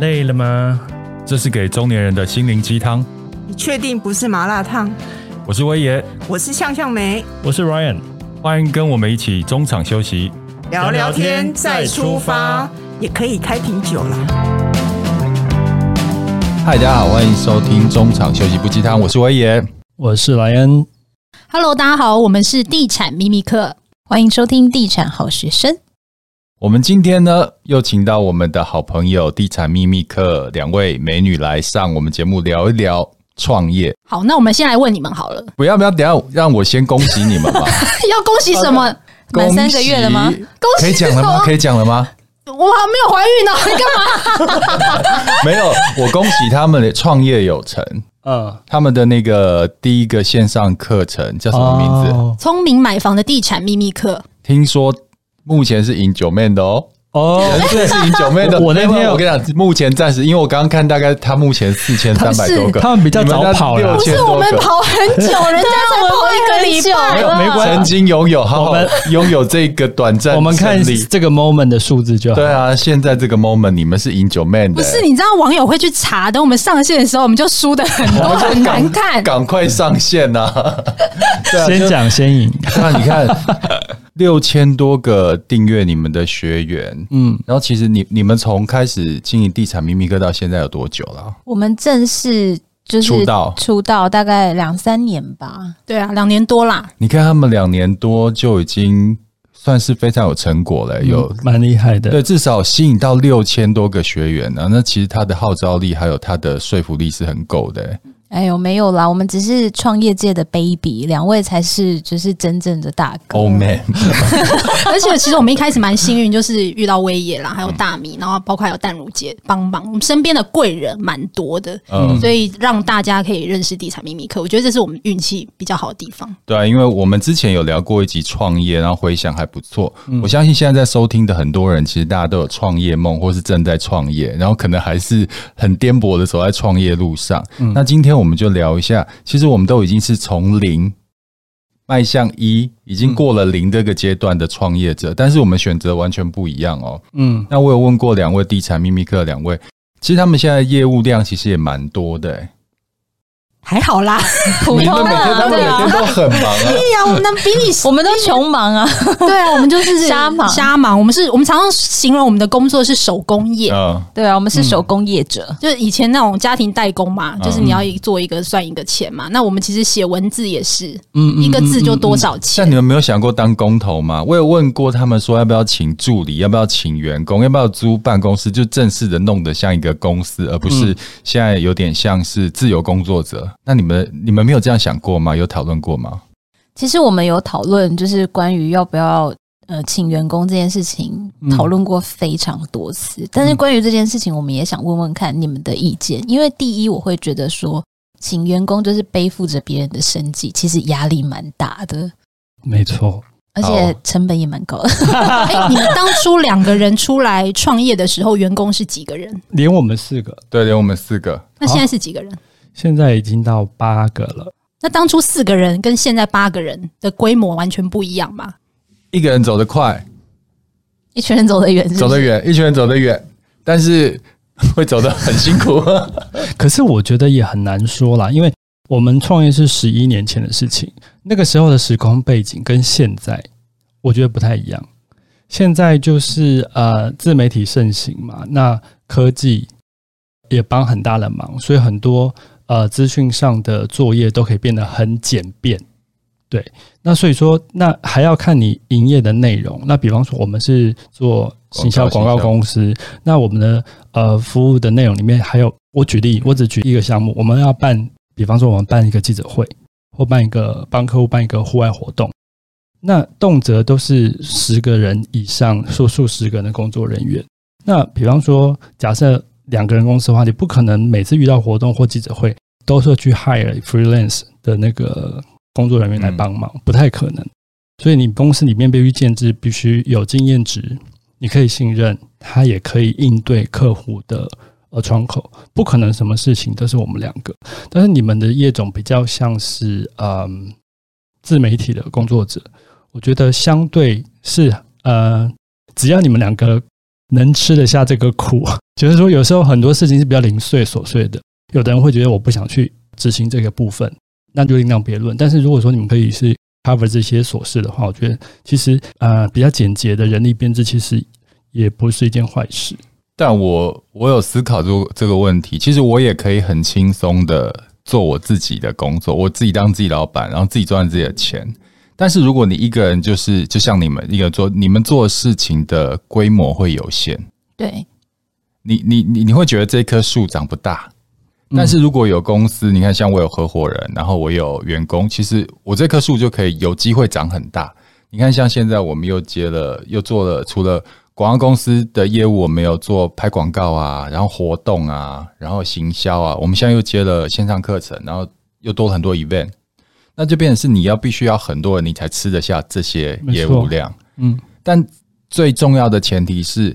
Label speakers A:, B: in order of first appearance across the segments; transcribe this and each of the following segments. A: 累了吗？
B: 这是给中年人的心灵鸡汤。
C: 你确定不是麻辣烫？
B: 我是威爷，
C: 我是向向梅，
A: 我是 Ryan，
B: 欢迎跟我们一起中场休息。
C: 聊
A: 聊
C: 聊天
A: 天
C: 再
A: 再出
C: 出
A: 发
C: 发，也可以开瓶酒了。
B: 嗨，大家好，欢迎收听中场休息不鸡汤，我是威爷。
A: 我是莱恩。
B: 嗯
D: Hello，大家好，我们是地产秘密课，欢迎收听地产好学生。
B: 我们今天呢，又请到我们的好朋友地产秘密课两位美女来上我们节目聊一聊创业。
D: 好，那我们先来问你们好了，
B: 不要不要，等一下让我先恭喜你们吧。
D: 要恭喜什么？ 满三个月了吗？恭喜
B: 可以讲了吗？可以讲了吗？
D: 我我还没有怀孕呢， 你干嘛？
B: 没有，我恭喜他们的创业有成。
A: 嗯，
B: 他们的那个第一个线上课程叫什么名字？
A: 哦
D: 聪明买房的地产秘密课，
B: 听说目前是赢九妹的哦，
A: 哦，
B: 真的是赢九妹的。
A: 我我那天
B: 没有没有
A: 有
B: 我跟你讲，目前暂时，因为我刚刚看，大概他目前四千三百
D: 是
B: 多个，
A: 他们比较早跑啦
B: 六
D: 不
B: 千
D: 是我
B: 多
D: 们
B: 个。
D: 跑很久，人家才跑一个礼 拜了，
A: 没有没关
B: 曾经拥有，好
A: 我
B: 好
A: 们
B: 拥有这个短 暂
A: 我们看
B: 胜利
A: 这个 moment 的数字就好
B: 对。啊，现在这个 moment 你们是赢九妹的，
D: 不是，你知道网友会去查，等我们上线的时候，我们就输的很多，很难看。
B: 赶快上线呐、 对啊，就
A: 先讲先赢，
B: 那你看，六千多个订阅你们的学员，嗯，然后其实你你们从开始经营地产秘密课到现在有多久了？
E: 我们正式就是
B: 出道
E: 出道大概两三年吧。
D: 对啊，两年多啦，
B: 你看他们两年多就已经算是非常有成果了，有、
A: 蛮厉害的。
B: 对至少吸引到六千多个学员呢、那其实他的号召力还有他的说服力是很够的、
E: 哎呦，没有啦，我们只是创业界的 baby，两位才是就是真正的大哥。
B: Oh man，
D: 而且其实我们一开始蛮幸运，就是遇到威爷啦，还有大米，然后包括还有淡如姐帮忙，我们身边的贵人蛮多的，
B: 嗯，
D: 所以让大家可以认识地产秘密课，我觉得这是我们运气比较好的地方。
B: 对啊，因为我们之前有聊过一集创业，然后回想还不错。我相信现在在收听的很多人，其实大家都有创业梦，或是正在创业，然后可能还是很颠簸的走在创业路上。那今天我们就聊一下，其实我们都已经是从零迈向一，已经过了零这个阶段的创业者，但是我们选择完全不一样哦。
A: 嗯，
B: 那我有问过两位地产秘密课两位，其实他们现在业务量其实也蛮多的、欸，
D: 还好啦，
E: 普
B: 你
E: 通
B: 们每天他
E: 啊，
B: 们
E: 对
B: 每天
E: 啊，
B: 都很忙 啊。
D: 对呀、我们能比你
E: 我们都穷忙啊。
D: 对啊，我们就是
E: 瞎忙
D: 瞎忙。我们是我们常常形容我们的工作是手工业，
B: 嗯，
E: 对啊，我们是手工业者。
D: 就是以前那种家庭代工嘛，
B: 嗯
D: 就是你要一做一个算一个钱嘛。那我们其实写文字也是，
A: 嗯嗯
D: 一个字就多少
B: 像
D: 钱
B: 你。们没有想过当工头吗？我有问过他们说要不要请助理，要不要请员工，要不要租办公室，就正式的弄得像一个公司，而不是现在有点像是自由工作者。那你们你们没有这样想过吗？有讨论过吗？
E: 其实我们有讨论，就是关于要不要呃请员工这件事情
A: 嗯，
E: 讨论过非常多次。但是关于这件事情，我们也想问问看你们的意见，因为第一，我会觉得说，请员工就是背负着别人的生计，其实压力蛮大的，
A: 没错。
E: 而且成本也蛮高的。
D: 哎、你们当初两个人出来创业的时候，员工是几个人？
A: 连我们四个
B: 对，连我们四个，
D: 那现在是几个人？
A: 现在已经到八个了，
D: 那当初四个人跟现在八个人的规模完全不一样嘛？
B: 一个人走得快，
E: 一群人走得远是不是，
B: 走得远，一群人走得远，但是会走得很辛苦。
A: 可是我觉得也很难说啦，因为我们创业是十一年前的事情，那个时候的时空背景跟现在我觉得不太一样。现在就是呃，自媒体盛行嘛，那科技也帮很大的忙，所以很多呃资讯上的作业都可以变得很简便。对，那所以说，那还要看你营业的内容。那比方说，我们是做行销广
B: 广
A: 告
B: 告行销
A: 公司，那我们的呃服务的内容里面还有，我举例，我只举一个项目，我们要办，比方说我们办一个记者会，或办一个帮客户办一个户外活动，那动辄都是十个人以上，数数十个人的工作人员。那比方说，假设两个人公司的话，你不可能每次遇到活动或记者会都是去 hire freelance 的那个工作人员来帮忙，不太可能。所以你公司里面必须建制必须有经验值，你可以信任他，也可以应对客户的呃窗口，不可能什么事情都是我们两个。但是你们的业种比较像是嗯自媒体的工作者，我觉得相对是呃，只要你们两个能吃得下这个苦。 就是说，有时候很多事情是比较零碎琐碎的，有的人会觉得我不想去执行这个部分，那就另当别论。但是如果说你们可以是 cover 这些琐事的话，我觉得其实呃比较简洁的人力编制其实也不是一件坏事。
B: 但我我有思考过这个问题，其实我也可以很轻松的做我自己的工作，我自己当自己老板，然后自己赚自己的钱。但是如果你一个人，就是就像你们一个人做，你们做事情的规模会有限，
E: 对，
B: 你你你你会觉得这棵树长不大。但是如果有公司，你看像我有合伙人，然后我有员工，其实我这棵树就可以有机会长很大。你看，像现在我们又接了，又做了，除了广告公司的业务，我们有做拍广告啊，然后活动啊，然后行销啊，我们现在又接了线上课程，然后又多了很多 event，那就变成是你要必须要很多人，你才吃得下这些业务量。
A: 嗯，
B: 但最重要的前提是，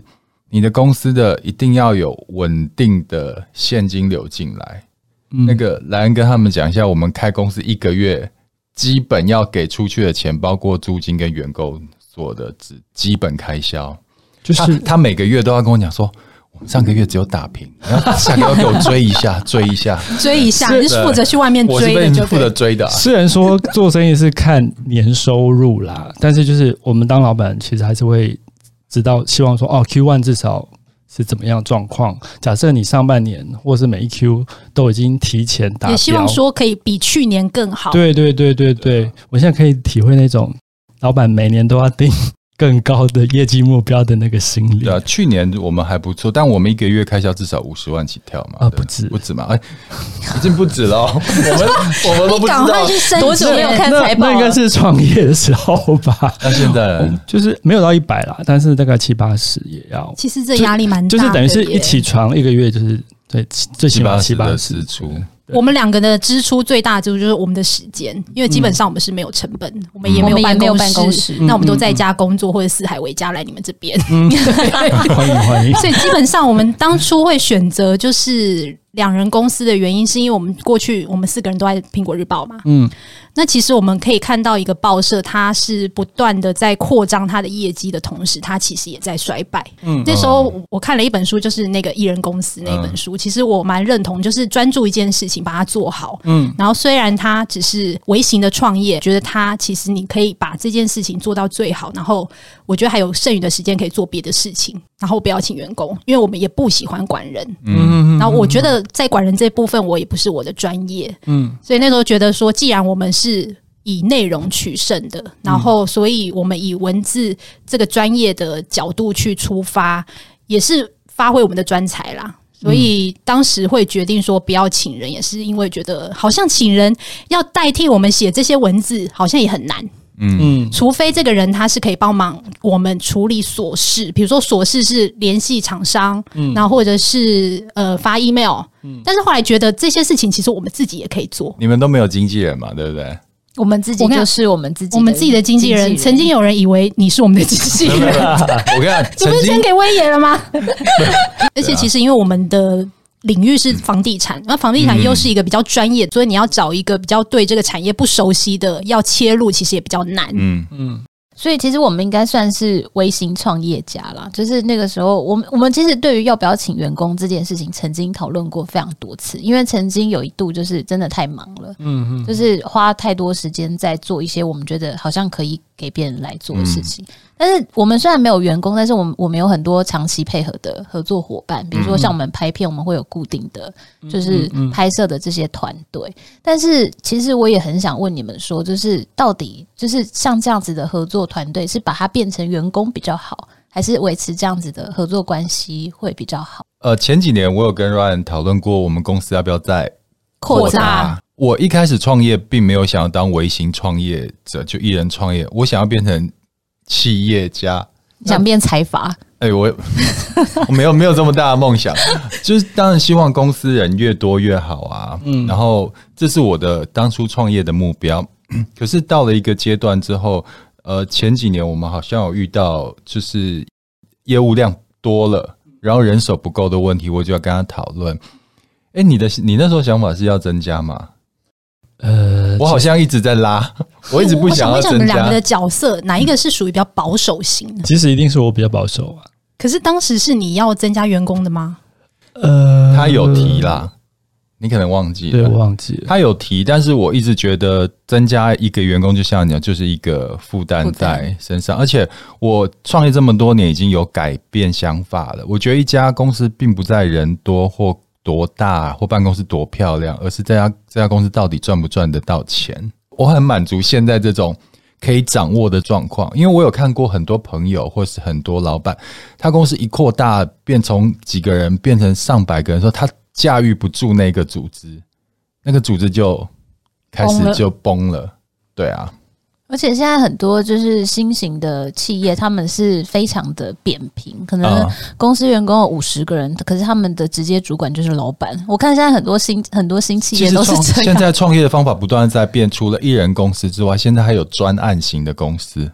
B: 你的公司的一定要有稳定的现金流进来。
A: 嗯
B: 那个莱恩跟他们讲一下，我们开公司一个月基本要给出去的钱，包括租金跟员工所有的基基本开销。
A: 就
B: 他
A: 是
B: 他每个月都要跟我讲说，我们上个月只有打平，然 后下个月要给我追一下，追一下。
D: 追一下，
B: 是
D: 你是负责去外面
B: 我是
D: 追
B: 被
D: 的
B: 你
D: 就
B: 负责
D: 对。
B: 追的啊、
A: 虽然说做生意是看年收入啦，但是就是我们当老板，其实还是会知道，希望说哦，Q one 至少是怎么样的状况。假设你上半年或是每一 Q 都已经提前达标，
D: 也希望说可以比去年更好。
A: 对对对对对，我现在可以体会那种老板每年都要定更高的业绩目标的那个心理
B: 对。啊，去年我们还不错，但我们一个月开销至少五十万起跳嘛，
A: 啊
B: 对
A: 不止
B: 不止嘛，哎，已经不止了 哦，我们我们都不知
D: 赶快
B: 道
D: 去。升级
E: 多久没有看
A: 那
E: 财报啊
A: 那应该
E: 了？
A: 是创业的时候吧，
B: 那现在
A: 就是没有到一百啦，但是大概七八十也要。
D: 其实这压力蛮大
A: 就
D: 的
A: 是等于是
D: 耶
A: 一起床一个月就是对最
B: 七
A: 起
B: 八
A: 码
B: 十
A: 七
B: 的
A: 八十
B: 支，出，
D: 我们两个的支出最大支出就是我们的时间，因为基本
A: 嗯
D: 上我们是没有成本，我们也没
E: 我
D: 有
E: 们也
D: 办
E: 没有
D: 公
E: 办公室
D: 那我
A: 嗯
D: 们都在家工作或者四海为家来你们这边，
A: 欢迎欢 迎。
D: 所以基本上我们当初会选择就是两人公司的原因，是因为我们过去我们四个人都在苹果日报嘛，
A: 嗯，
D: 那其实我们可以看到一个报社，它是不断的在扩张它的业绩的同时，它其实也在衰败。嗯，那时候我我看了一本书，就是那个艺人公司那本书，其实我蛮认同，就是专注一件事情，把它做好。嗯，然后虽然它只是微型的创业，觉得它其实你可以把这件事情做到最好，然后我觉得还有剩余的时间可以做别的事情，然后不要请员工，因为我们也不喜欢管人。
A: 嗯，
D: 然后我觉得在管人这部分，我也不是我的专业，
A: 嗯
D: 嗯，所以那时候觉得说，既然我们是以内容取胜的，然后所以我们以文字这个专业的角度去出发，也是发挥我们的专才啦。所以当时会决定说不要请人，也是因为觉得好像请人要代替我们写这些文字，好像也很难。
A: 嗯
D: 除非这个人他是可以帮忙我们处理琐事，比如说琐事是联系厂商，然后或者是呃发 email，、但是后来觉得这些事情其实我们自己也可以做。
B: 你们都没有经纪人嘛，对不对？
E: 我们自己
D: 我跟你
E: 就
D: 讲
E: 是我们自己，
D: 我们自己的经纪人，曾经有人以为你是我们的经纪
B: 没有没有
D: 人，
B: 没有我跟你讲，
D: 这
B: 曾
D: 不是
B: 经
D: 捐给威爷了吗？而且其实因为我们的领域是房地产，那房地产又是一个比较专业，所以你要找一个比较对这个产业不熟悉的要切入，其实也比较难。
B: 嗯，
A: 嗯
E: 所以其实我们应该算是微型创业家啦，就是那个时候，我们我们其实对于要不要请员工这件事情，曾经讨论过非常多次，因为曾经有一度就是真的太忙了，
A: 嗯
E: 就是花太多时间在做一些我们觉得好像可以给别人来做的事情。
A: 嗯
E: 但是我们虽然没有员工，但是我们我们有很多长期配合的合作伙伴，比如
A: 嗯
E: 说像我们拍片，我们会有固定的就是拍摄的这些团队。但是其实我也很想问你们说，就是到底就是像这样子的合作团队，是把它变成员工比较好，还是维持这样子的合作关系会比较好？
B: 呃，前几年我有跟 Ryan 讨论过，我们公司要不要再
E: 扩大。
B: 我一开始创业并没有想要当微型创业者，就一人创业，我想要变成企业家。
E: 想变财阀，
B: 哎、我我没有没有这么大的梦想，就是当然希望公司人越多越好啊。嗯，然后这是我的当初创业的目标。可是到了一个阶段之后，呃，前几年我们好像有遇到就是业务量多了，然后人手不够的问题，我就要跟他讨论。哎、你的你那时候想法是要增加吗？
A: 呃，
B: 我好像一直在拉，我一直不
D: 我想
B: 要
D: 问一下你
B: 增
D: 们
B: 加
D: 两个
A: 嗯
D: 的。角色，哪一个是属于比较保守型的？
A: 其实一定是我比较保守啊，
D: 可是当时是你要增加员工的吗？
A: 呃，
B: 他有提，啦，你可能忘记
A: 对我
B: 了。
A: 忘记了。
B: 他有提，但是我一直觉得增加一个员工，就像你讲，就是一个负担
E: 负担
B: 在身上。而且我创业这么多年，已经有改变想法了。我觉得一家公司并不在人多或多大或办公室多漂亮，而是这家这家公司到底赚不赚得到钱。我很满足现在这种可以掌握的状况，因为我有看过很多朋友或是很多老板，他公司一扩大，变从几个人变成上百个人的时候，他驾驭不住那个组织，那个组织就开
E: 崩
B: 始
E: 了
B: 就崩了。对啊，
E: 而且现在很多就是新型的企业，他们是非常的扁平，可能
B: 啊
E: 公司员工有五十个人，可是他们的直接主管就是老板。我看现在很多新很多新企
B: 其
E: 业
B: 实
E: 都是
B: 创
E: 这
B: 现
E: 样，
B: 在创业的方法不断地在变，除了艺人公司之外，现在还有专案型的公司。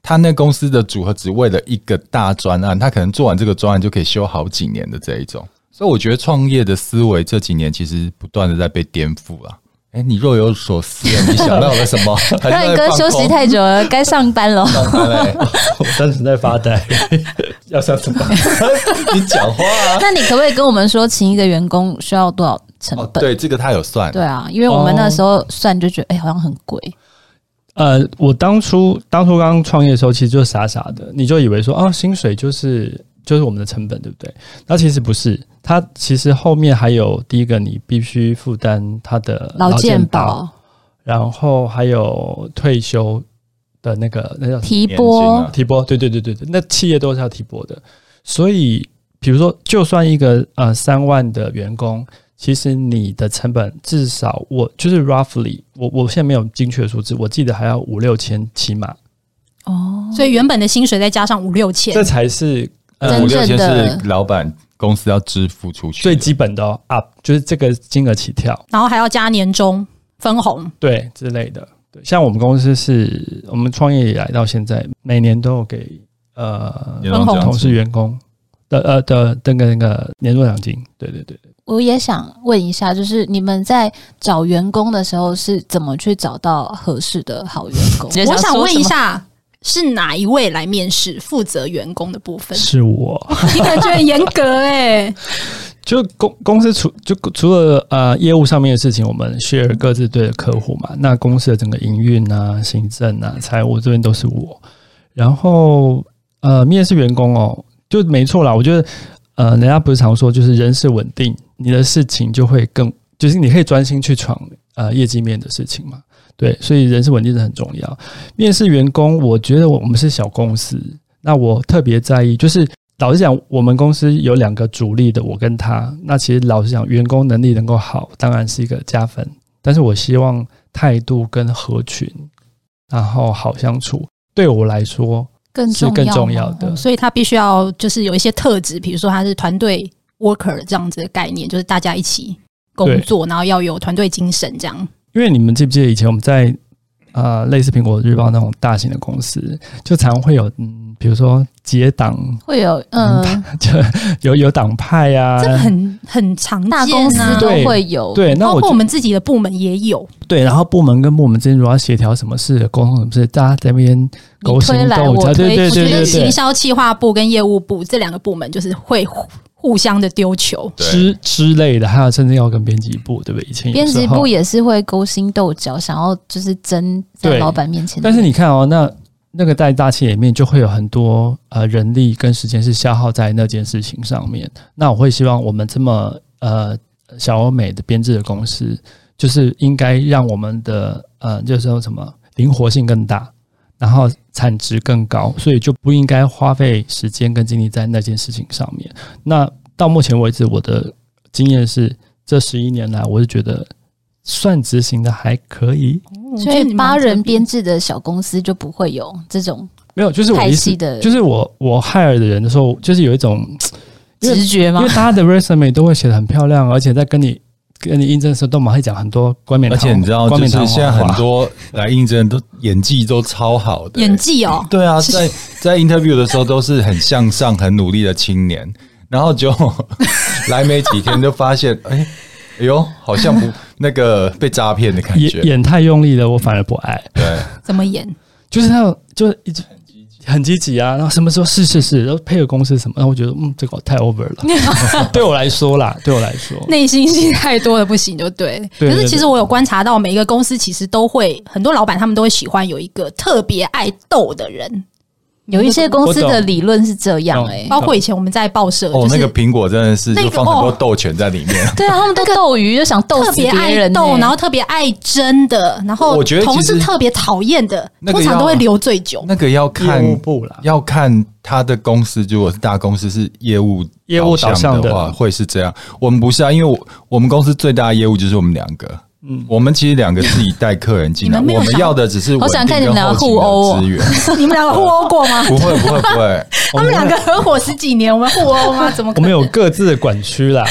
B: 他那公司的组合只为了一个大专案，他可能做完这个专案就可以休好几年的这一种。所以我觉得创业的思维这几年其实不断的在被颠覆了。哎、你若有所思，你想到了什么？ 还是
E: 让
B: 在
E: 你哥
B: 放
E: 休息
B: 空
E: 太久了，该上班了。
B: 上班嘞
A: 我当时在发 呆，要上什么？
B: 你讲话啊？
E: 那你可不可以跟我们说，请一个员工需要多少成
B: 哦，
E: 本？
B: 对，这个他有算。
E: 对啊，因为我们那时候算就觉得，哎、好像很贵。
A: 呃，我当初当初刚创业的时候，其实就傻傻的，你就以为说啊，薪水就是就是我们的成本，对不对？那其实不是，它其实后面还有第一个，你必须负担它的
E: 劳
A: 哦健
E: 健保、
A: 然后还有退休的那个那叫什么
E: 提
B: 年金
E: 拨、
B: 啊
A: 提拨，对对对对对，那企业都是要提拨的。所以，比如说，就算一个呃三万的员工，其实你的成本至少我就是 roughly，我我现在没有精确的数字，我记得还要五六千起码，
E: 哦，
D: 所以原本的薪水再加上五六千
A: 这，才是呃
E: 真
B: 嗯五六千
E: 正的
B: 是老板公司要支付出去的，
A: 最基本的、哦、up，就是这个金额起跳，
D: 然后还要加年终分红，
A: 对之类的。对，像我们公司是我们创业以来到现在，每年都有给呃
B: 年终
D: 分红
B: 奖
A: 同事
B: 金
A: 员工的呃的的那个那个年终奖金，对对对。
E: 我也想问一下，就是你们在找员工的时候是怎么去找到合适的好员 工？
D: 我想问一，下，是哪一位来面试负责员工的部分？
A: 是我。
D: 你感觉很严格哎、
A: 就公公司除就除了呃业务上面的事情，我们 share 各自对的客户嘛。那公司的整个营运啊、行政啊、财务这边都是我。然后呃，面试员工哦，就没错啦。我觉得呃，人家不是常说，就是人事稳定，你的事情就会更，就是你可以专心去闯呃业绩面的事情嘛。对，所以人事稳定是很重要。面试员工，我觉得我我们是小公司，那我特别在意就是老实讲，我们公司有两个主力的，我跟他。那其实老实讲，员工能力能够好，当然是一个加分。但是我希望态度跟合群，然后好相处，对我来说，
E: 更重
A: 是更重要的
D: 所以他必须要就是有一些特质，比如说他是团队 worker 这样子的概念，就是大家一起工作，然后要有团队精神这样。
A: 因为你们记不记得以前我们在呃类似苹果日报那种大型的公司，就常会有嗯，比如说结党，
E: 会有嗯，
A: 就有有党派啊，
D: 这个很很常见、啊，
E: 大公司都
A: 对
E: 会有。
A: 对。那
D: 包
A: 我
D: 括
A: 就
D: 我们自己的部门也有，
A: 对，然后部门跟部门之间如果要协调什么事、沟通什么事，大家在那边勾心
E: 你推来
A: 斗角，
E: 我推
A: 对对
E: 去
A: 对
D: 我觉
A: 对
D: 得
A: 对，
D: 行销企划部跟业务部这两个部门就是会互互相的丢球。
B: 对
A: 之之类的，还有甚至要跟编辑部，对不对？以前有
E: 编辑
A: 时候
E: 部，也是会勾心斗角，想要就是争在
A: 对
E: 老板面前。
A: 但是你看哦，那那个在大企业里面就会有很多呃人力跟时间是消耗在那件事情上面。那我会希望我们这么呃小而美的编制的公司，就是应该让我们的呃就是说什么灵活性更大。然后产值更高，所以就不应该花费时间跟精力在那件事情上面。那到目前为止，我的经验是，这十一年来，我是觉得算执行的还可以，
E: 嗯所以八人编制的小公司就不会有这种
A: 没有，就是我
E: 派
A: 意思
E: 系，的
A: 就是我我 hire 的人的时候，就是有一种，因为
E: 直觉
A: 因
E: 吗
A: 为？大家的 resume 都会写的很漂亮，而且在跟你跟你应征的时候，都马上会讲很多冠冕
B: 而
A: 堂，
B: 且你知道，
A: 冠
B: 就是
A: 冕堂皇啊
B: 现在
A: 的
B: 很
A: 话
B: 多来应征都演技都超好的、
D: 演技哦，
B: 对啊，在在 interview 的时候都是很向上、很努力的青年，然后就 来没几天就发现， 哎、哎呦，好像 不那个被诈骗的感
A: 演
B: 觉。
A: 演太用力了，我反而不爱，
B: 对，
D: 怎么演？
A: 就是他有就一直很积极啊，然后什么时候是是是，然后配合公司什么，然后我觉得嗯，这个太 over 了，对我来说啦，对我来说，
D: 内心戏太多了不行，就对。
A: 对对
D: 可是其实我有观察到，每一个公司其实都会很多老板，他们都会喜欢有一个特别爱斗的人，
E: 有一些公司
A: 我
E: 的
A: 懂
E: 理论是这样
A: 懂
E: 哎、
A: 嗯
D: 包括以前我们在报社，
B: 哦
D: 就，
B: 那
D: 是
B: 个苹果真的是
D: 那个
B: 就放很
E: 哦
B: 多豆犬在里面。
E: 对啊，他们都斗鱼，就想斗
D: 特
E: 死
D: 别
E: 别
D: 爱
E: 人、欸
D: 斗，然后特别爱争的，然后
B: 我觉得其
D: 同
B: 实
D: 事特别讨厌的，
B: 那个
D: 通常
B: 要
D: 都会留最
E: 哦
D: 久。
B: 那个要看
A: 业务部啦
B: 要看他的公司，如果是大公司是业务
A: 业务导向
B: 的
A: 的
B: 话，会是这样。我们不是啊，因为我我们公司最大的业务就是我们两个。嗯，我们其实两个自己带客人进来，
D: 你们没有
B: 我们
D: 想
B: 要的只是
E: 好想
B: 稳定
E: 看你
B: 跟
E: 们俩
B: 后勤
E: 互殴
B: 的
E: 哦
B: 资源。
D: 你们两个互殴 过吗？
B: 不会不会不会，
D: 他们两个合伙十几年，我们互殴吗？怎么可
A: 我们
D: 能？
A: 有各自的管区啦，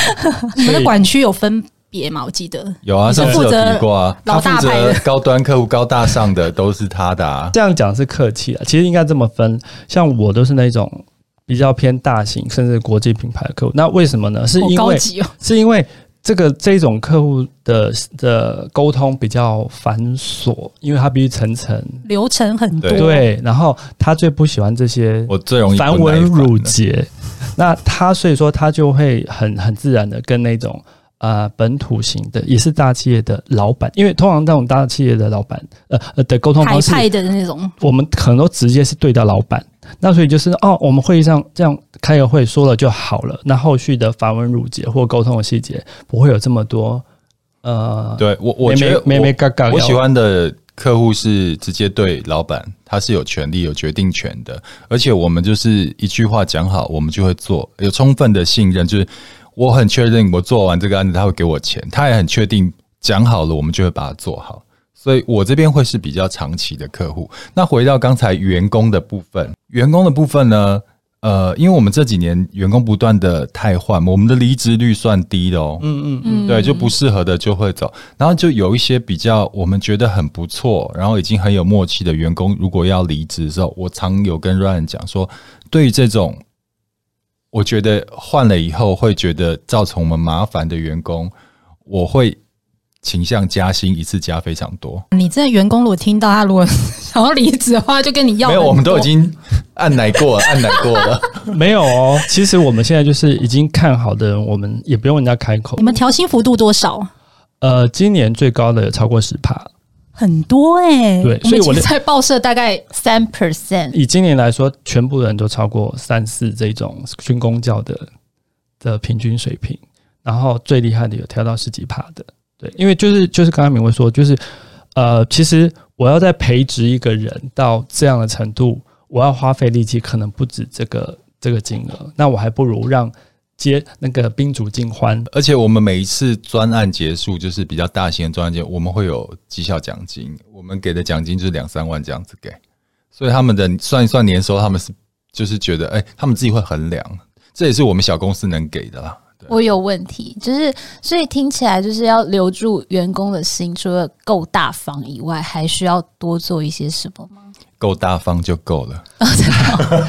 D: 我们
A: 所
D: 的
A: 以
D: 管区有分别吗？我记得
B: 有啊，
D: 你是
B: 上次有
D: 负责
B: 提过啊，他
D: 老大
B: 负
D: 派
B: 责
D: 的
B: 高端客户、高大上的都是他的啊。
A: 这样讲是客气了，其实应该这么分。像我都是那种比较偏大型甚至国际品牌的客户，那为什么呢？是
D: 好
A: 因
D: 高
A: 为
D: 级哦，
A: 是因为这个这种客户的的沟通比较繁琐，因为他必须层层
D: 流程很多。
B: 对
A: 对，然后他最不喜欢这些
B: 我最容易
A: 繁
B: 不耐
A: 文
B: 烦
A: 缛
B: 了
A: 节。那他所以说他就会很很自然的跟那种呃本土型的也是大企业的老板，因为通常这种大企业的老板呃呃的沟通
D: 海
A: 方式
D: 派的那种，
A: 我们可能都直接是对到老板，那所以就是哦，我们会议上这样开个会说了就好了，那后续的繁文缛节或沟通的细节不会有这么多呃，
B: 对我，我
A: 妹
B: 觉得
A: 妹妹妹嘎嘎
B: 我
A: 要
B: 我喜欢的客户是直接对老板，他是有权利、有决定权的，而且我们就是一句话讲好，我们就会做，有充分的信任，就是我很确定我做完这个案子，他会给我钱，他也很确定讲好了，我们就会把它做好。所以我这边会是比较长期的客户。那回到刚才员工的部分，员工的部分呢？呃，因为我们这几年员工不断的汰换，我们的离职率算低的哦。
A: 嗯嗯，
B: 对，就不适合的就会走。然后就有一些比较我们觉得很不错，然后已经很有默契的员工，如果要离职的时候，我常有跟 Ryan 讲说，对于这种我觉得换了以后会觉得造成我们麻烦的员工，我会倾向加薪，一次加非常多。
D: 你这员工如果听到他如果 想要离职的话，就跟你要
B: 没有，
D: 很
B: 我们
D: 多
B: 都已经按奶过了，按奶过了。
A: 没有哦，其实我们现在就是已经看好的人，我们也不用人家开口
D: 你，们调薪幅度多少？
A: 呃，今年最高的有超过十趴，
D: 很多哎、
A: 对所以我
D: 们
A: 的
D: 其实在报社大概
E: 三 percent，
A: 以今年来说，全部人都超过三四这种军工教的的平均水平，然后最厉害的有跳到十几趴的，对，因为就是就是刚刚明慧说，就是呃，其实我要再培植一个人到这样的程度，我要花费力气可能不止这个这个金额，那我还不如让接那个宾主尽欢，
B: 而且我们每一次专案结束，就是比较大型的专案结束，我们会有绩效奖金，我们给的奖金就是两三万这样子给，所以他们的算一算年收，他们是就是觉得，哎、他们自己会衡量，这也是我们小公司能给的啦。
E: 我有问题，就是所以听起来就是要留住员工的心，除了够大方以外，还需要多做一些什么吗？
B: 够大方就够了，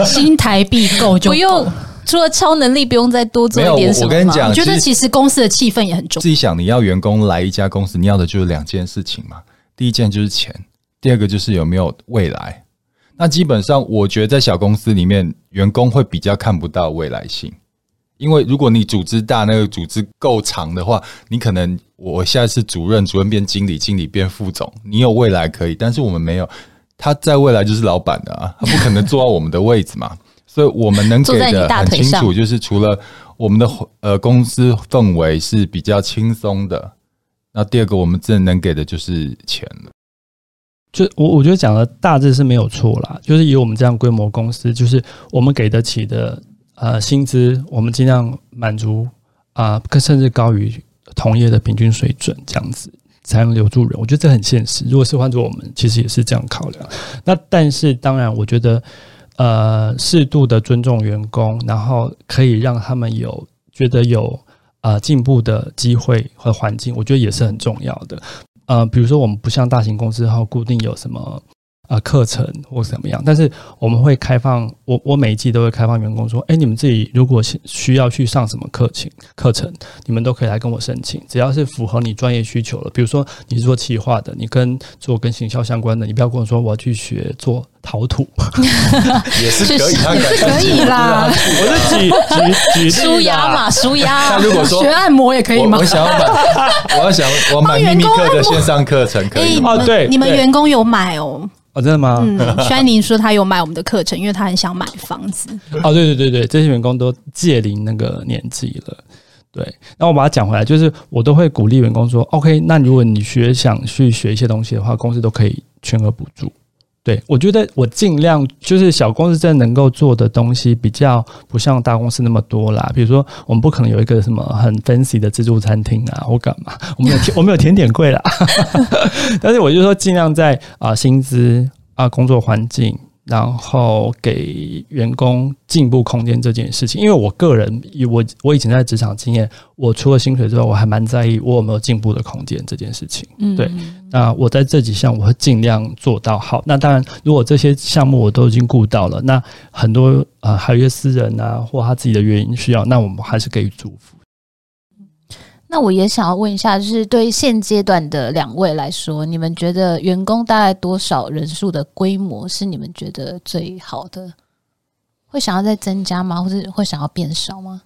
D: 新台币够就够
E: 不用，除了超能力，不用再多做
B: 没有
E: 一点
B: 我
E: 什么
B: 我跟你
E: 吗
B: 讲
D: 我觉得
B: 其
D: 其实公司的气氛也很重
B: 自己想，你要员工来一家公司，你要的就是两件事情嘛，第一件就是钱，第二个就是有没有未来。那基本上，我觉得在小公司里面，员工会比较看不到未来性，因为如果你组织大，那个组织够长的话，你可能我下次主任，主任变经理，经理变副总，你有未来可以，但是我们没有。他在未来就是老板的啊，他不可能坐到我们的位置嘛，所以我们能给
E: 坐在
B: 的
E: 你大
B: 很
E: 腿
B: 清
E: 上
B: 楚，就是除了我们的呃公司氛围是比较轻松的，那第二个我们真的能给的就是钱了。
A: 就我我觉得讲的大致是没有错啦，就是以我们这样规模公司，就是我们给得起的呃薪资，我们尽量满足啊，更、甚至高于同业的平均水准，这样子才能留住人。我觉得这很现实。如果是换做我们，其实也是这样考量。那但是当然，我觉得呃适度的尊重员工，然后可以让他们有觉得有啊进步的机会和环境，我觉得也是很重要的。呃，比如说我们不像大型公司，然后固定有什么啊课程或是怎么样，但是我们会开放，我我每一季都会开放员工说，哎、你们自己如果是需要去上什么课程课程，你们都可以来跟我申请，只要是符合你专业需求的，比如说你是做企划的，你跟做跟行销相关的，你不要跟我说我要去学做陶土，
B: 也是可以，
E: 是
B: 他感觉
E: 可以啦
B: 是啊
A: 我是举举举
E: 舒
A: 例
E: 压
A: 啦
E: 嘛，舒压
B: 那。如果说
D: 学按摩也
E: 啊
D: 可 以
B: 我
D: 吗
B: 我？想要买，我要想我买秘密课的线上课程可以
D: 你
B: 吗？
A: 哦
D: 们
A: 对
D: 你们
A: 对
D: 员工有买哦。
A: 哦，真的吗？
D: 嗯，轩宁说他有买我们的课程，因为他很想买房子。
A: 哦，对对对对，这些员工都届龄那个年纪了。对，那我把它讲回来，就是我都会鼓励员工说，OK，那如果你学想去学一些东西的话，公司都可以全额补助。对我觉得我尽量就是小公司真的能够做的东西，比较不像大公司那么多啦。比如说，我们不可能有一个什么很 fancy 的自助餐厅啊， 或干嘛，我们有甜我们有甜点柜啦。 但是我就说，尽量在啊、薪资啊、工作环境，然后给员工进步空间这件事情，因为我个人以我我以前在职场经验，我除了薪水之外，我还蛮在意我有没有进步的空间这件事情。
E: 嗯
A: 对那我在这几项我会尽量做到好。那当然，如果这些项目我都已经顾到了，那很多呃海约私人啊，或他自己的原因需要，那我们还是给予祝福。
E: 那我也想要问一下，就是对现阶段的两位来说，你们觉得员工大概多少人数的规模是你们觉得最好的？会想要再增加吗？或者会想要变少吗？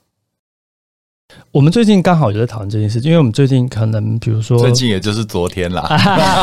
A: 我们最近刚好有在讨论这件事，因为我们最近可能比如说
B: 最 近也就是昨天啦，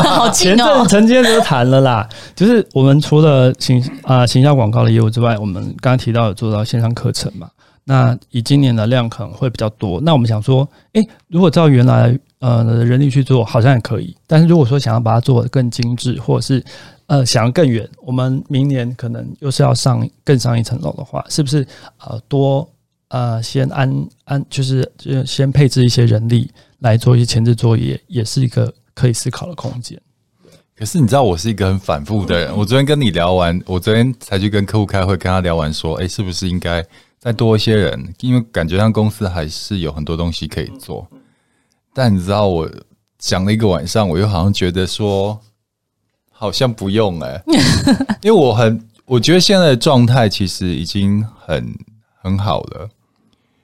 E: 好近
A: 前
E: 哦
A: 阵！曾经都谈了啦，就是我们除了行啊、行销广告的业务之外，我们刚刚提到有做到线上课程嘛。那以今年的量可能会比较多，那我们想说，诶，如果照原来呃人力去做，好像也可以。但是如果说想要把它做得更精致，或者是呃想要更远，我们明年可能又是要上更上一层楼的话，是不是呃多呃先安安就是就是先配置一些人力来做一些前置作业，也是一个可以思考的空间。
B: 可是你知道我是一个很反复的人，我昨天跟你聊完，我昨天才去跟客户开会，跟他聊完说，哎、是不是应该再多一些人？因为感觉上公司还是有很多东西可以做。但你知道我讲了一个晚上，我又好像觉得说，好像不用 哎、因为我很，我觉得现在的状态其实已经很很好了。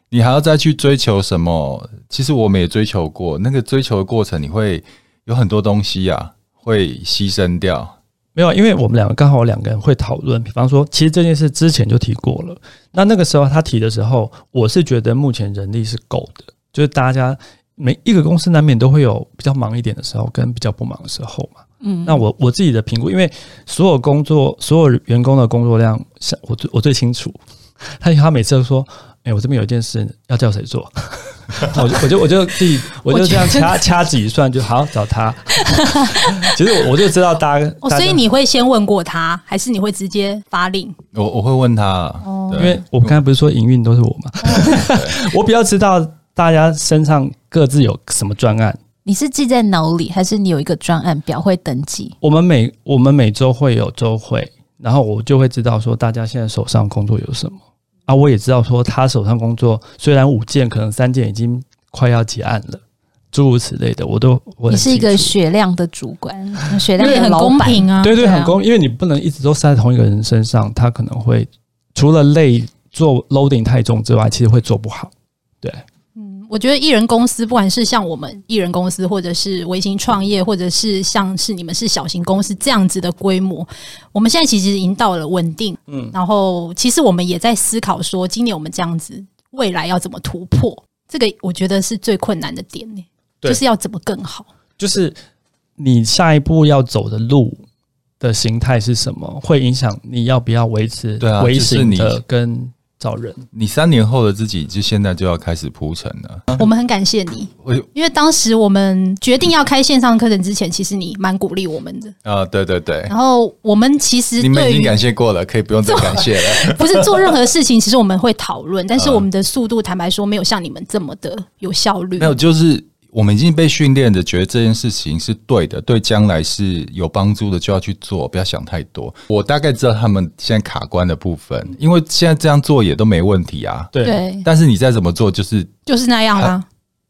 B: 你还要再去追求什么？其实我们也追求过，那个追求的过程，你会有很多东西啊，会牺牲掉。
A: 没有，因为我们两个刚好两个人会讨论，比方说，其实这件事之前就提过了。那那个时候他提的时候，我是觉得目前人力是够的，就是大家每一个公司难免都会有比较忙一点的时候，跟比较不忙的时候嘛。
E: 嗯，
A: 那我我自己的评估，因为所有工作所有员工的工作量，像我最我最清楚。 他他每次都说：“哎、我这边有一件事要叫谁做？” 我就我就我就自 己我就这样掐掐指一算，就好找他。 其实我我就知道大家，
D: 哦，
A: 大
D: 所
A: 家
D: 以你会先问过他，还是你会直接发令？
B: 我我会问他，
D: 哦
B: 对
A: 因为我刚才不是说营运都是我嘛， 我比较知道大家身上各自有什么专案。
E: 你是记在脑里，还是你有一个专案表会登记？
A: 我们每我们每周会有周会，然后我就会知道说大家现在手上工作有什么啊，我也知道说他手上工作虽然五件，可能三件已经快要结案了，诸如此类的，我都我
E: 你
A: 很
E: 是一个
A: 清楚
E: 雪亮的 主管，雪亮
D: 因为
E: 的
D: 很
E: 老
D: 公
E: 板。
D: 平啊。
A: 对对，
E: 对啊
A: 很公，因为你不能一直都塞在同一个人身上，他可能会除了累做 loading 太重之外，其实会做不好。
D: 我觉得艺人公司，不管是像我们艺人公司，或者是微型创业，或者是像是你们是小型公司这样子的规模，我们现在其实已经到了稳定。嗯，然后其实我们也在思考说，今年我们这样子，未来要怎么突破？这个我觉得是最困难的点呢、
A: 对
D: 就是要怎么更好。
A: 就是你下一步要走的路的形态是什么，会影响你要不要维持
B: 对啊
A: 微
B: 就是
A: 型
B: 你
A: 的跟找人。
B: 你三年后的自己，就现在就要开始铺陈了。
D: 我们很感谢你，
B: 我
D: 因为当时我们决定要开线上课程之前，其实你蛮鼓励我们的。
B: 啊，对对
A: 哎
B: 对
D: 然，后我们其实
B: 你们已
D: 哦对
B: 经
D: 于
B: 感谢过了，可以不用再感谢了。
D: 不是做任何事情，其实我们会讨论，但是
A: 啊
D: 我们的速度，坦白说，没有像你们这么的有效率。
B: 没有，就是我们已经被训练的，觉得这件事情是对的，对将来是有帮助的，就要去做，不要想太多。我大概知道他们现在卡关的部分，因为现在这样做也都没问题啊。
A: 对，
E: 对，
B: 但是你再怎么做，就是
A: 啊
D: 就是那样啦、啊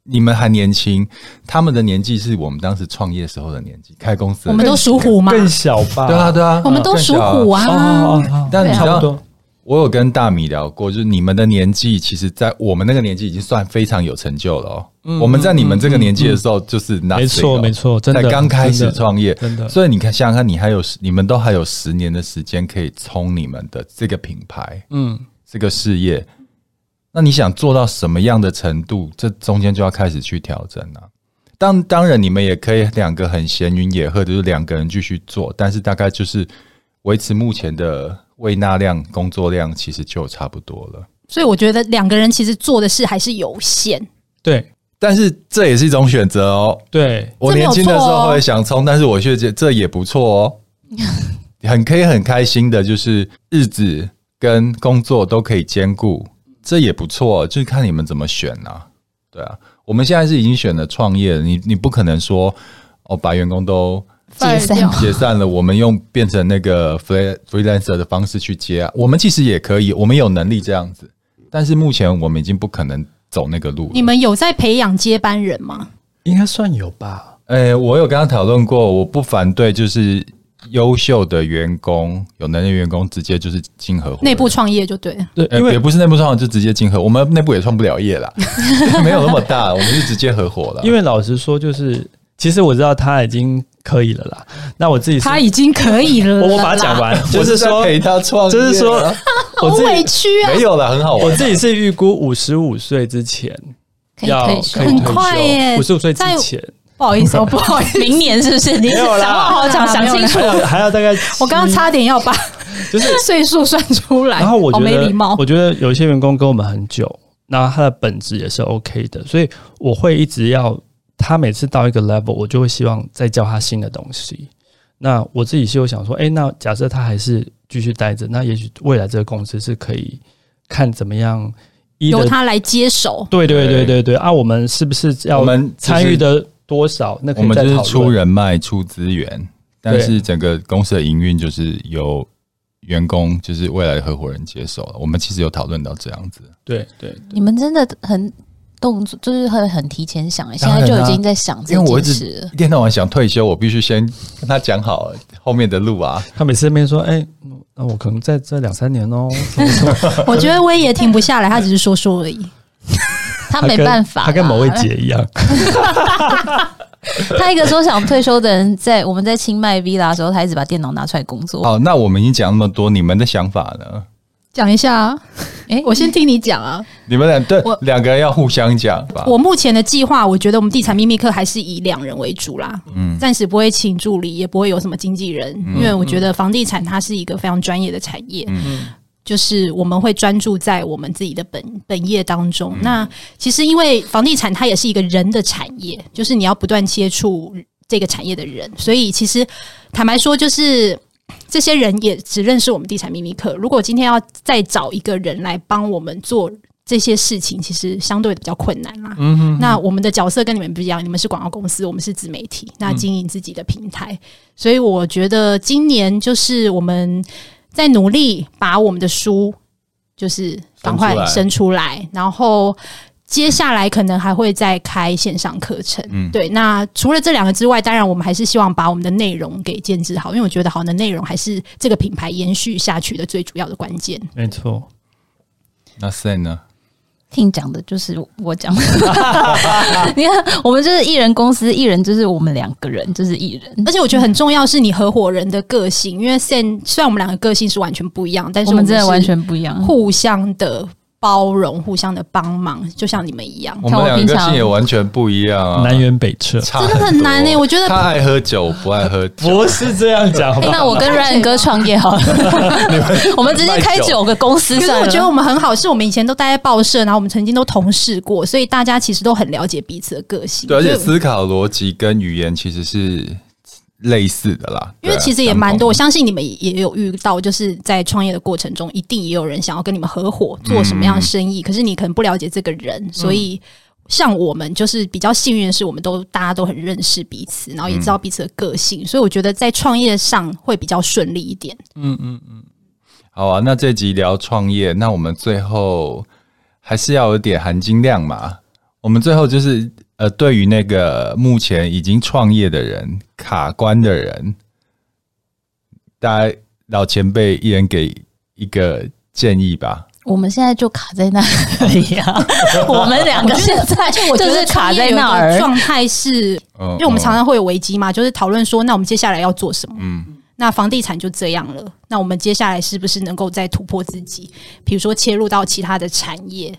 B: 你们还年轻，他们的年纪是我们当时创业时候的年纪，开公司的
D: 我们都属虎嘛，
F: 更小吧？
B: 对啊对啊，
D: 我们都属虎啊。
F: 哦，哦哦
B: 但你知
F: 差不
B: 道，
F: 多。
B: 我有跟大米聊过，就是你们的年纪，其实，在我们那个年纪已经算非常有成就了哦。我们在你们这个年纪的时候，就是
A: 嗯没错
B: nothing 哦
A: 没错真的
B: 才刚开始
A: 真的
B: 创业，
A: 真的
B: 所以你看，想想看，你还有十你们都还有十年的时间可以冲你们的这个品牌，
A: 嗯，
B: 这个事业。那你想做到什么样的程度？这中间就要开始去调整了、当当然，你们也可以两个很闲云野鹤，就是两个人继续做，但是大概就是维持目前的喂纳量、工作量，其实就差不多了。
D: 所以我觉得两个人其实做的事还是有限。
A: 对
B: 但是这也是一种选择哦。
A: 对，
B: 我
D: 这没有
B: 年轻的时
D: 错
B: 候
D: 哦
B: 会想冲，但是我却觉得这也不错哦， 很可以很开心的，就是日子跟工作都可以兼顾，这也不错，哦就是看你们怎么选啊。对啊，我们现在是已经选了创业了，你你不可能说哦，把员工都
E: 解散
D: 掉
B: 解散了，我们用变成那个 free- freelancer 的方式去接啊，我们其实也可以，我们有能力这样子，但是目前我们已经不可能走那个路了。
D: 你们有在培养接班人吗？
F: 应该算有吧。
B: 诶、哎我有跟他讨论过，我不反对，就是优秀的员工、有能力的员工直接就是进合伙
D: 内部。创业就对了，
A: 对，
B: 呃
A: 因
B: 也
A: 为
B: 不是内部创，就直接进合。我们内部也创不了 业啦，没有那么大，我们就直接合伙了。
A: 因为老实说，就是其实我知道他已经可以了啦。那我自己是
D: 他已经可以了啦。
A: 我我把它讲完，就
B: 我
A: 是
B: 在
A: 说，
B: 陪他创业啊，
A: 就是说，我
D: 好
A: 自
D: 委
A: 己
D: 屈啊，
B: 没有啦，很好
A: 我
B: 玩。
A: 自己是预估五十五岁之前
E: 可以
A: 要
E: 退休
A: 可以
D: 很
A: 退休
D: 快耶
A: 五十五岁之
D: 在
A: 前
D: 不好意思哦，不好意思，
E: 明年是不是？你
A: 没有啦
E: 想好好讲，想清楚
A: 还。要还要大概
D: 我刚刚
A: 七
D: 差点要 把
A: 就是
D: 岁数算出来，
A: 然后我觉
D: 好没
A: 得
D: 礼貌，
A: 我觉得有一些员工跟我们很久，那他的本质也是 OK 的，所以我会一直要他每次到一个 level，我就会希望再教他新的东西。那我自己是有想说，哎、那假设他还是继续待着，那也许未来这个公司是可以看怎么样，一
D: 由
A: 的
D: 他来 接手。
A: 对对对对对啊，我们是不是要
B: 我们就是
A: 参与的多少？那可
B: 我
A: 以
B: 们
A: 再
B: 就是
A: 讨
B: 出
A: 论。
B: 人脉、出资源，但
A: 对
B: 是整个公司的营运就是由员工，就是未来的合伙人接手了。我们其实有讨论到这样子。
A: 对对
E: 你们真的很动作，就是会很提前想、欸，现在
B: 当
E: 就
B: 然
E: 已
B: 啊
E: 经在想这
B: 因为我一
E: 件
B: 直
E: 事了。
B: 一天到晚想退休，我必须先跟他讲好后面的路啊。
A: 他每次面说，哎、那我可能在这两三年哦，
D: 我觉得威爷停不下来，他只是说说而已。
E: 他
A: 他
E: 没
A: 跟
E: 办法，
A: 他跟某位。姐一 样。
E: 他一个说想退休的人在，我们在清迈 villa 的时候，他一直把电脑拿出来工作。
B: 好，哦那我们已经讲那么多，你们的想法呢？
D: 讲一下啊，
E: 哎、
D: 我先听你讲啊。
B: 你们两对
D: 我
B: 两个人要互相讲吧。
D: 我目前的计划，我觉得我们地产秘密课还是以两人为主啦，嗯，暂时不会请助理，也不会有什么经纪人，因为我觉得房地产它是一个非常专业的产业，
B: 嗯
D: 就是我们会专注在我们自己的本本业当中。
B: 嗯
D: 那其实因为房地产它也是一个人的产业，就是你要不断接触这个产业的人，所以其实坦白说，就是这些人也只认识我们地产秘密课。如果今天要再找一个人来帮我们做这些事情，其实相对的比较困难啦。嗯那我们的角色跟你们不一样，你们是广告公司，我们是自媒体，那经营自己的平台。所以我觉得今年就是我们在努力把我们的书就是赶快生
B: 生
D: 出来，然后。接下来可能还会再开线上课程，
B: 嗯
D: 对。那除了这两个之外，当然我们还是希望把我们的内容给建制好，因为我觉得好的内容还是这个品牌延续下去的最主要的关键。
A: 没错，
B: 那 Sen 呢？
E: 听讲的就是我讲的， 你看，我们就是艺人公司，艺人就是我们两个人，就是艺人。
D: 而且我觉得很重要是你合伙人的个性，因为现虽然我们两个个性是完全不一样，但是
E: 我们真的
D: 是
E: 完全不一样，
D: 互相的包容、互相的帮忙，就像你们一样。
B: 我
E: 看
B: 们
E: 我
B: 两个
E: 平
B: 个
E: 常
B: 性也完全不一样啊，
A: 南辕北 辙。
B: 差
D: 真的很难欸
B: 多
D: 我觉得
B: 他爱喝酒，我不爱喝酒。
A: 不是这样 讲，好
E: 哎
A: 吧？
E: 那我跟 Ryan 哥创 业好了，我们直接开九个公司
D: 可是
E: 算了。
D: 我觉得我们很好，是我们以前都待在报社，然后我们曾经都同事过，所以大家其实都很了解彼此的个性。
B: 对，而且
D: 就
B: 思考逻辑跟语言其实是类似的啦。
D: 因为
B: 对啊
D: 其实也蛮多，我
B: 相
D: 相信你们也有遇到，就是在创业的过程中，一定也有人想要跟你们合伙做什么样的生
B: 嗯
D: 意，可是你可能不了解这个人，所以像我们就是比较幸运的是，我们都大家都很认识彼此，然后也知道彼此的个性，所以我觉得在创业上会比较顺利一点。
B: 同好啊。那这集聊创业，那我们最后还是要有点含金量嘛。我们最后就是呃，对于那个目前已经创业的人、卡关的人，大家老前辈一人给一个建议吧。
E: 我们现在就卡在那 里啊！我们两个现在
D: 我觉
E: 就
D: 得
E: 是卡在
D: 创业有一个
E: 那儿。
D: 状态是，
B: 嗯，
D: 因为我们常常会有危机嘛，就是讨论说，那我们接下来要做什么？
B: 嗯
D: 那房地产就这样了，那我们接下来是不是能够再突破自己？比如说切入到其他的产业？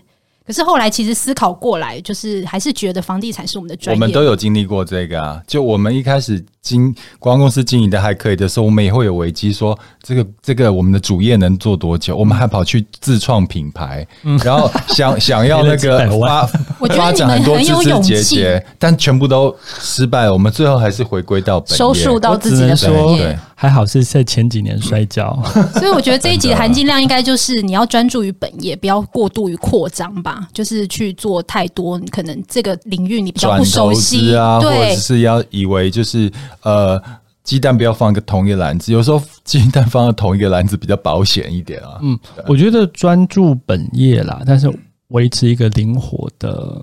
D: 可是后来其实思考过来，就是还是觉得房地产是我们的专
B: 我
D: 业，
B: 们都有经历过这个啊。就我们一开始经广告公司经营的还可以的时候，我们也会有危机说，这个这个我们的主业能做多久？我们还跑去自创品牌，然后想想要那
A: 赔了
B: 个
A: 几百
B: 发
A: 万
D: 嗯我觉
B: 发
D: 得你
B: 展
D: 们
B: 很多
D: 很
B: 枝
D: 有
B: 枝
D: 勇
B: 节
D: 气
B: 节，但全部都失败了。我们最后还是回归到本业
E: 收束到自己的
A: 只
E: 本
A: 能说
E: 业
B: 对，
A: 还好是在前几年摔跤，
D: 所以我觉得这一集
B: 真
D: 的
B: 的
D: 含金量应该就是你要专注于本业，不要过度于扩张吧，就是去做太多可能这个领域你比较
B: 转
D: 不
B: 投
D: 熟悉，
B: 资啊，或者
D: 对，
B: 是要以为就是呃。鸡蛋不要放个同一个篮子，有时候鸡蛋放在同一个篮子比较保险一点啊。
A: 嗯，我觉得专注本业啦，但是维持一个灵活的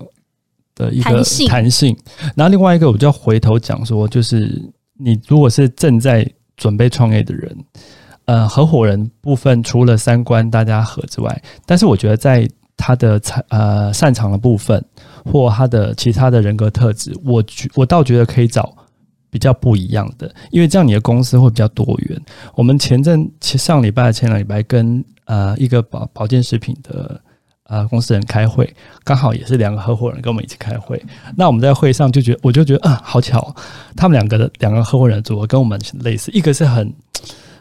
A: 的一个
D: 弹性
A: 弹性。然后另外一个，我就要回头讲说，就是你如果是正在准备创业的人，呃，合伙人部分除了三观大家合之外，但是我觉得在他的才呃擅长的部分或他的其他的人格特质，我觉我倒觉得可以找比较不一样的，因为这样你的公司会比较多元。我们前阵前上礼拜前两礼拜跟呃一个保保健食品的呃公司人开会，刚好也是两个合伙人跟我们一起开会。那我们在会上就觉得，我就觉得啊、好巧哦，他们两个的两个合伙人的组合跟我们类似，一个是很。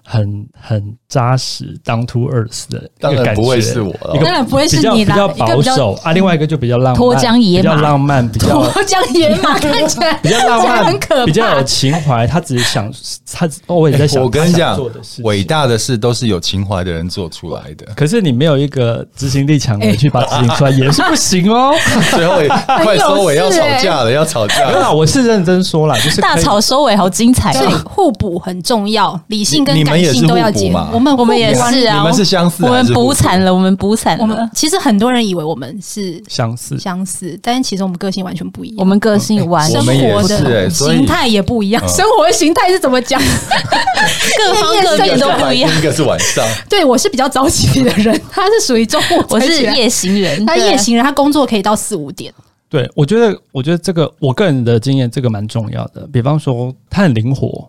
A: 很很扎实，down to earth 的一
B: 当
A: 个
B: 然
A: 感觉，
B: 不会是我了
A: 一个，
D: 当然不会是
A: 比较
D: 你
A: 比
D: 啦，
A: 较
D: 一个
A: 保
D: 比较
A: 守啊，另外一个就比较浪漫，
E: 脱缰野马
A: 比较浪漫，比较
D: 我讲野马看起来
A: 比较浪
D: 这样很可
A: 漫，
D: 怕
A: 比较有情怀。他只是想，他只 偶尔在想，
B: 我跟你
A: 他想
B: 讲
A: 做的事，情，
B: 伟。大的事都是有情怀的人做出来的
A: 可是你没有一个执行力强的
D: 哎
A: 人去把它执行出来，也是不行哦。
B: 最后也快收尾要吵架了，
E: 欸
B: 要吵架
A: 没有啦，
B: 了。
A: 我是认真说啦，就是可以
E: 大吵收尾好精 彩
D: 所以
E: 哦！
D: 互补很重要，理性
B: 你
D: 跟
B: 你们
D: 感
B: 也是
D: 性都要
B: 互补
D: 结合
B: 嘛。
D: 我们
E: 我们
D: 互补
E: 也
D: 啊
E: 是啊，
B: 你们是相似
E: 我
B: 还
E: 们
B: 是互补
E: 补惨了，我们补惨
D: 我们
E: 了，
D: 其实很多人以为我们是
A: 相似。
D: 相似，但是其实我们个性完全不一样。
E: 我们个性完
D: 生
B: 我们也
D: 活
B: 是欸
D: 的
B: 所以嗯
D: 形态也不一样，生活的形态是怎 么讲？
E: 各方各面都不一样。
B: 一个是晚上，
D: 对我是比较早起的 人，他是属于中午
E: 我是
D: 才起来
E: 夜行人，
D: 他
E: 对啊
D: 夜行人，他工作可以到四五点。
A: 对，我觉得，我觉得这个我个人的经验，这个蛮重要的。比方说，他很灵活，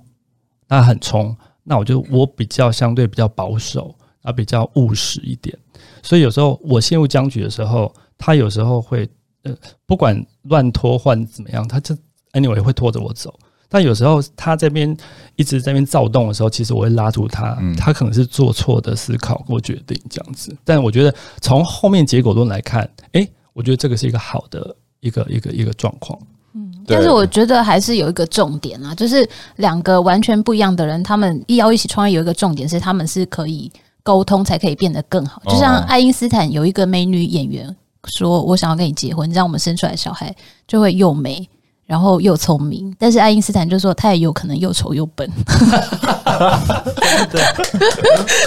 A: 他很冲，那我就我比较相对比较保守，啊，比较务实一点。所以有时候我陷入僵局的时候，他有时候会呃，不管乱拖换怎么样，他就 anyway 会拖着我走。但有时候他这边一直在那边躁动的时候，其实我会拉住他，
B: 嗯
A: 他可能是做错的思考或决定这样子。但我觉得从后面结果论来看，诶，我觉得这个是一个好的一个一个一个状况。
E: 但是我觉得还是有一个重点啊，就是两个完全不一样的人，他们一要一起创业，有一个重点是他们是可以沟通，才可以变得更好。
B: 哦
E: 就像爱因斯坦有一个美女演员说：“我想要跟你结婚，让我们生出来的小孩就会又美。”然后又聪明，但是爱因斯坦就说他也有可能又丑又笨，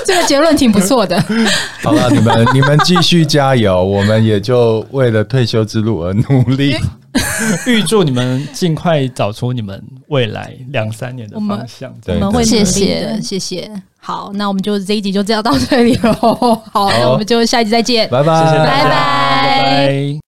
D: 这个结论挺不错的，
B: 好了，你 们你们继续加油，我们也就为了退休之路而努力。
A: 预祝你们尽快找出你们未来两三年的方向。
D: 我
B: 对
D: 们会努
E: 谢
D: 力
E: 谢
D: 的，谢谢。好，那我们就这一集就这样到这里喽。好，那我们就下一集再见。
B: 拜拜，
A: 谢谢大
D: 拜
A: 家，
D: 拜
A: 拜拜